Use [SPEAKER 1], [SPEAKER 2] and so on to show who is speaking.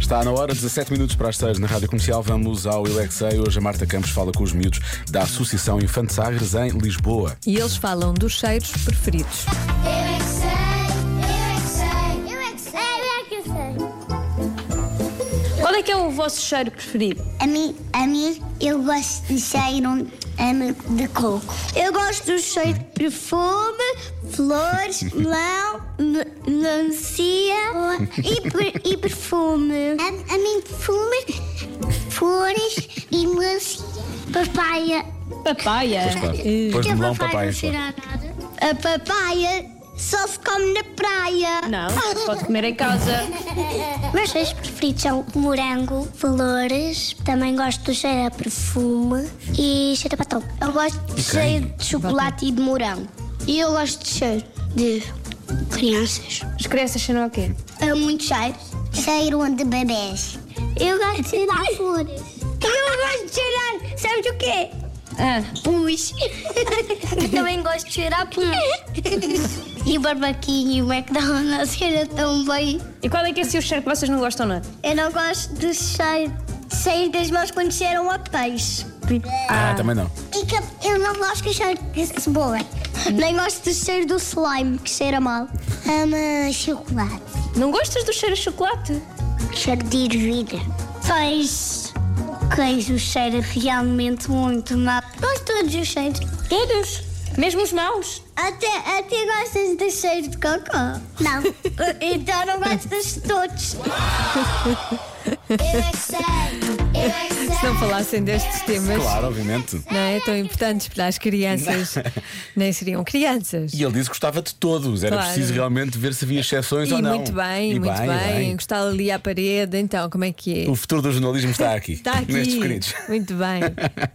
[SPEAKER 1] Está na hora, 17 minutos para as 6 na Rádio Comercial. Vamos ao Ilexei. Hoje a Marta Campos fala com os miúdos da Associação Infante Sagres em Lisboa.
[SPEAKER 2] E eles falam dos cheiros preferidos.
[SPEAKER 3] Eu é que sei, eu é que sei, eu é que sei, eu é que sei.
[SPEAKER 4] Qual é que é o vosso cheiro preferido?
[SPEAKER 3] A mim, a mim, eu gosto de cheiro hum, de coco. Eu gosto do cheiro de perfume, flores, melão, me- melancia e, per- e perfume. A, a mim, perfume, flores e melancia. Papaya.
[SPEAKER 4] Papaya.
[SPEAKER 1] Pois claro. Depois
[SPEAKER 2] é
[SPEAKER 1] de melão, papai.
[SPEAKER 3] A papaya só se come na praia.
[SPEAKER 4] Não, pode comer em casa.
[SPEAKER 3] Meus cheiros preferidos são morango, flores, também gosto do cheiro a perfume e cheiro a batom. Eu gosto de cheiro de chocolate e de morango. E eu gosto de cheiro de crianças.
[SPEAKER 4] As crianças cheiram o quê?
[SPEAKER 3] É muito cheiro. Cheiro de bebês. Eu gosto de cheirar flores. Eu gosto de cheirar, sabes o quê?
[SPEAKER 4] Ah,
[SPEAKER 3] Pus. Eu também gosto de cheirar pus. e barbaquinho e o McDonald's cheira tão bem.
[SPEAKER 4] e qual é que é assim, o cheiro que vocês não gostam nada?
[SPEAKER 3] Eu não gosto do cheiro de sair das mãos quando cheiram a peixe.
[SPEAKER 1] Ah, também não.
[SPEAKER 3] E que eu não gosto do cheiro de cebola. Nem gosto do cheiro do slime, que cheira mal. Ama chocolate.
[SPEAKER 4] Não gostas do cheiro de chocolate?
[SPEAKER 3] Cheiro de ervilha. Pois, queijo cheira realmente muito mal. Gosto de todos os cheiros.
[SPEAKER 4] Todos. Mesmo os maus?
[SPEAKER 3] Até, até gostas do cheiro de cocô? Não. então não gostas de todos. Eu é que sei, eu é que sei.
[SPEAKER 2] Se não falassem destes temas,
[SPEAKER 1] Claro, obviamente.
[SPEAKER 2] não é? Tão importantes para as crianças. Nem seriam crianças.
[SPEAKER 1] E ele disse que gostava de todos. Era
[SPEAKER 2] Claro.
[SPEAKER 1] preciso realmente ver se havia exceções
[SPEAKER 2] E
[SPEAKER 1] ou não.
[SPEAKER 2] muito bem,
[SPEAKER 1] E
[SPEAKER 2] muito
[SPEAKER 1] bem,
[SPEAKER 2] bem.
[SPEAKER 1] bem.
[SPEAKER 2] Encostar ali à parede, então, como é que é?
[SPEAKER 1] O futuro do jornalismo está aqui.
[SPEAKER 2] Está aqui.
[SPEAKER 1] Nestes queridos.
[SPEAKER 2] Muito bem.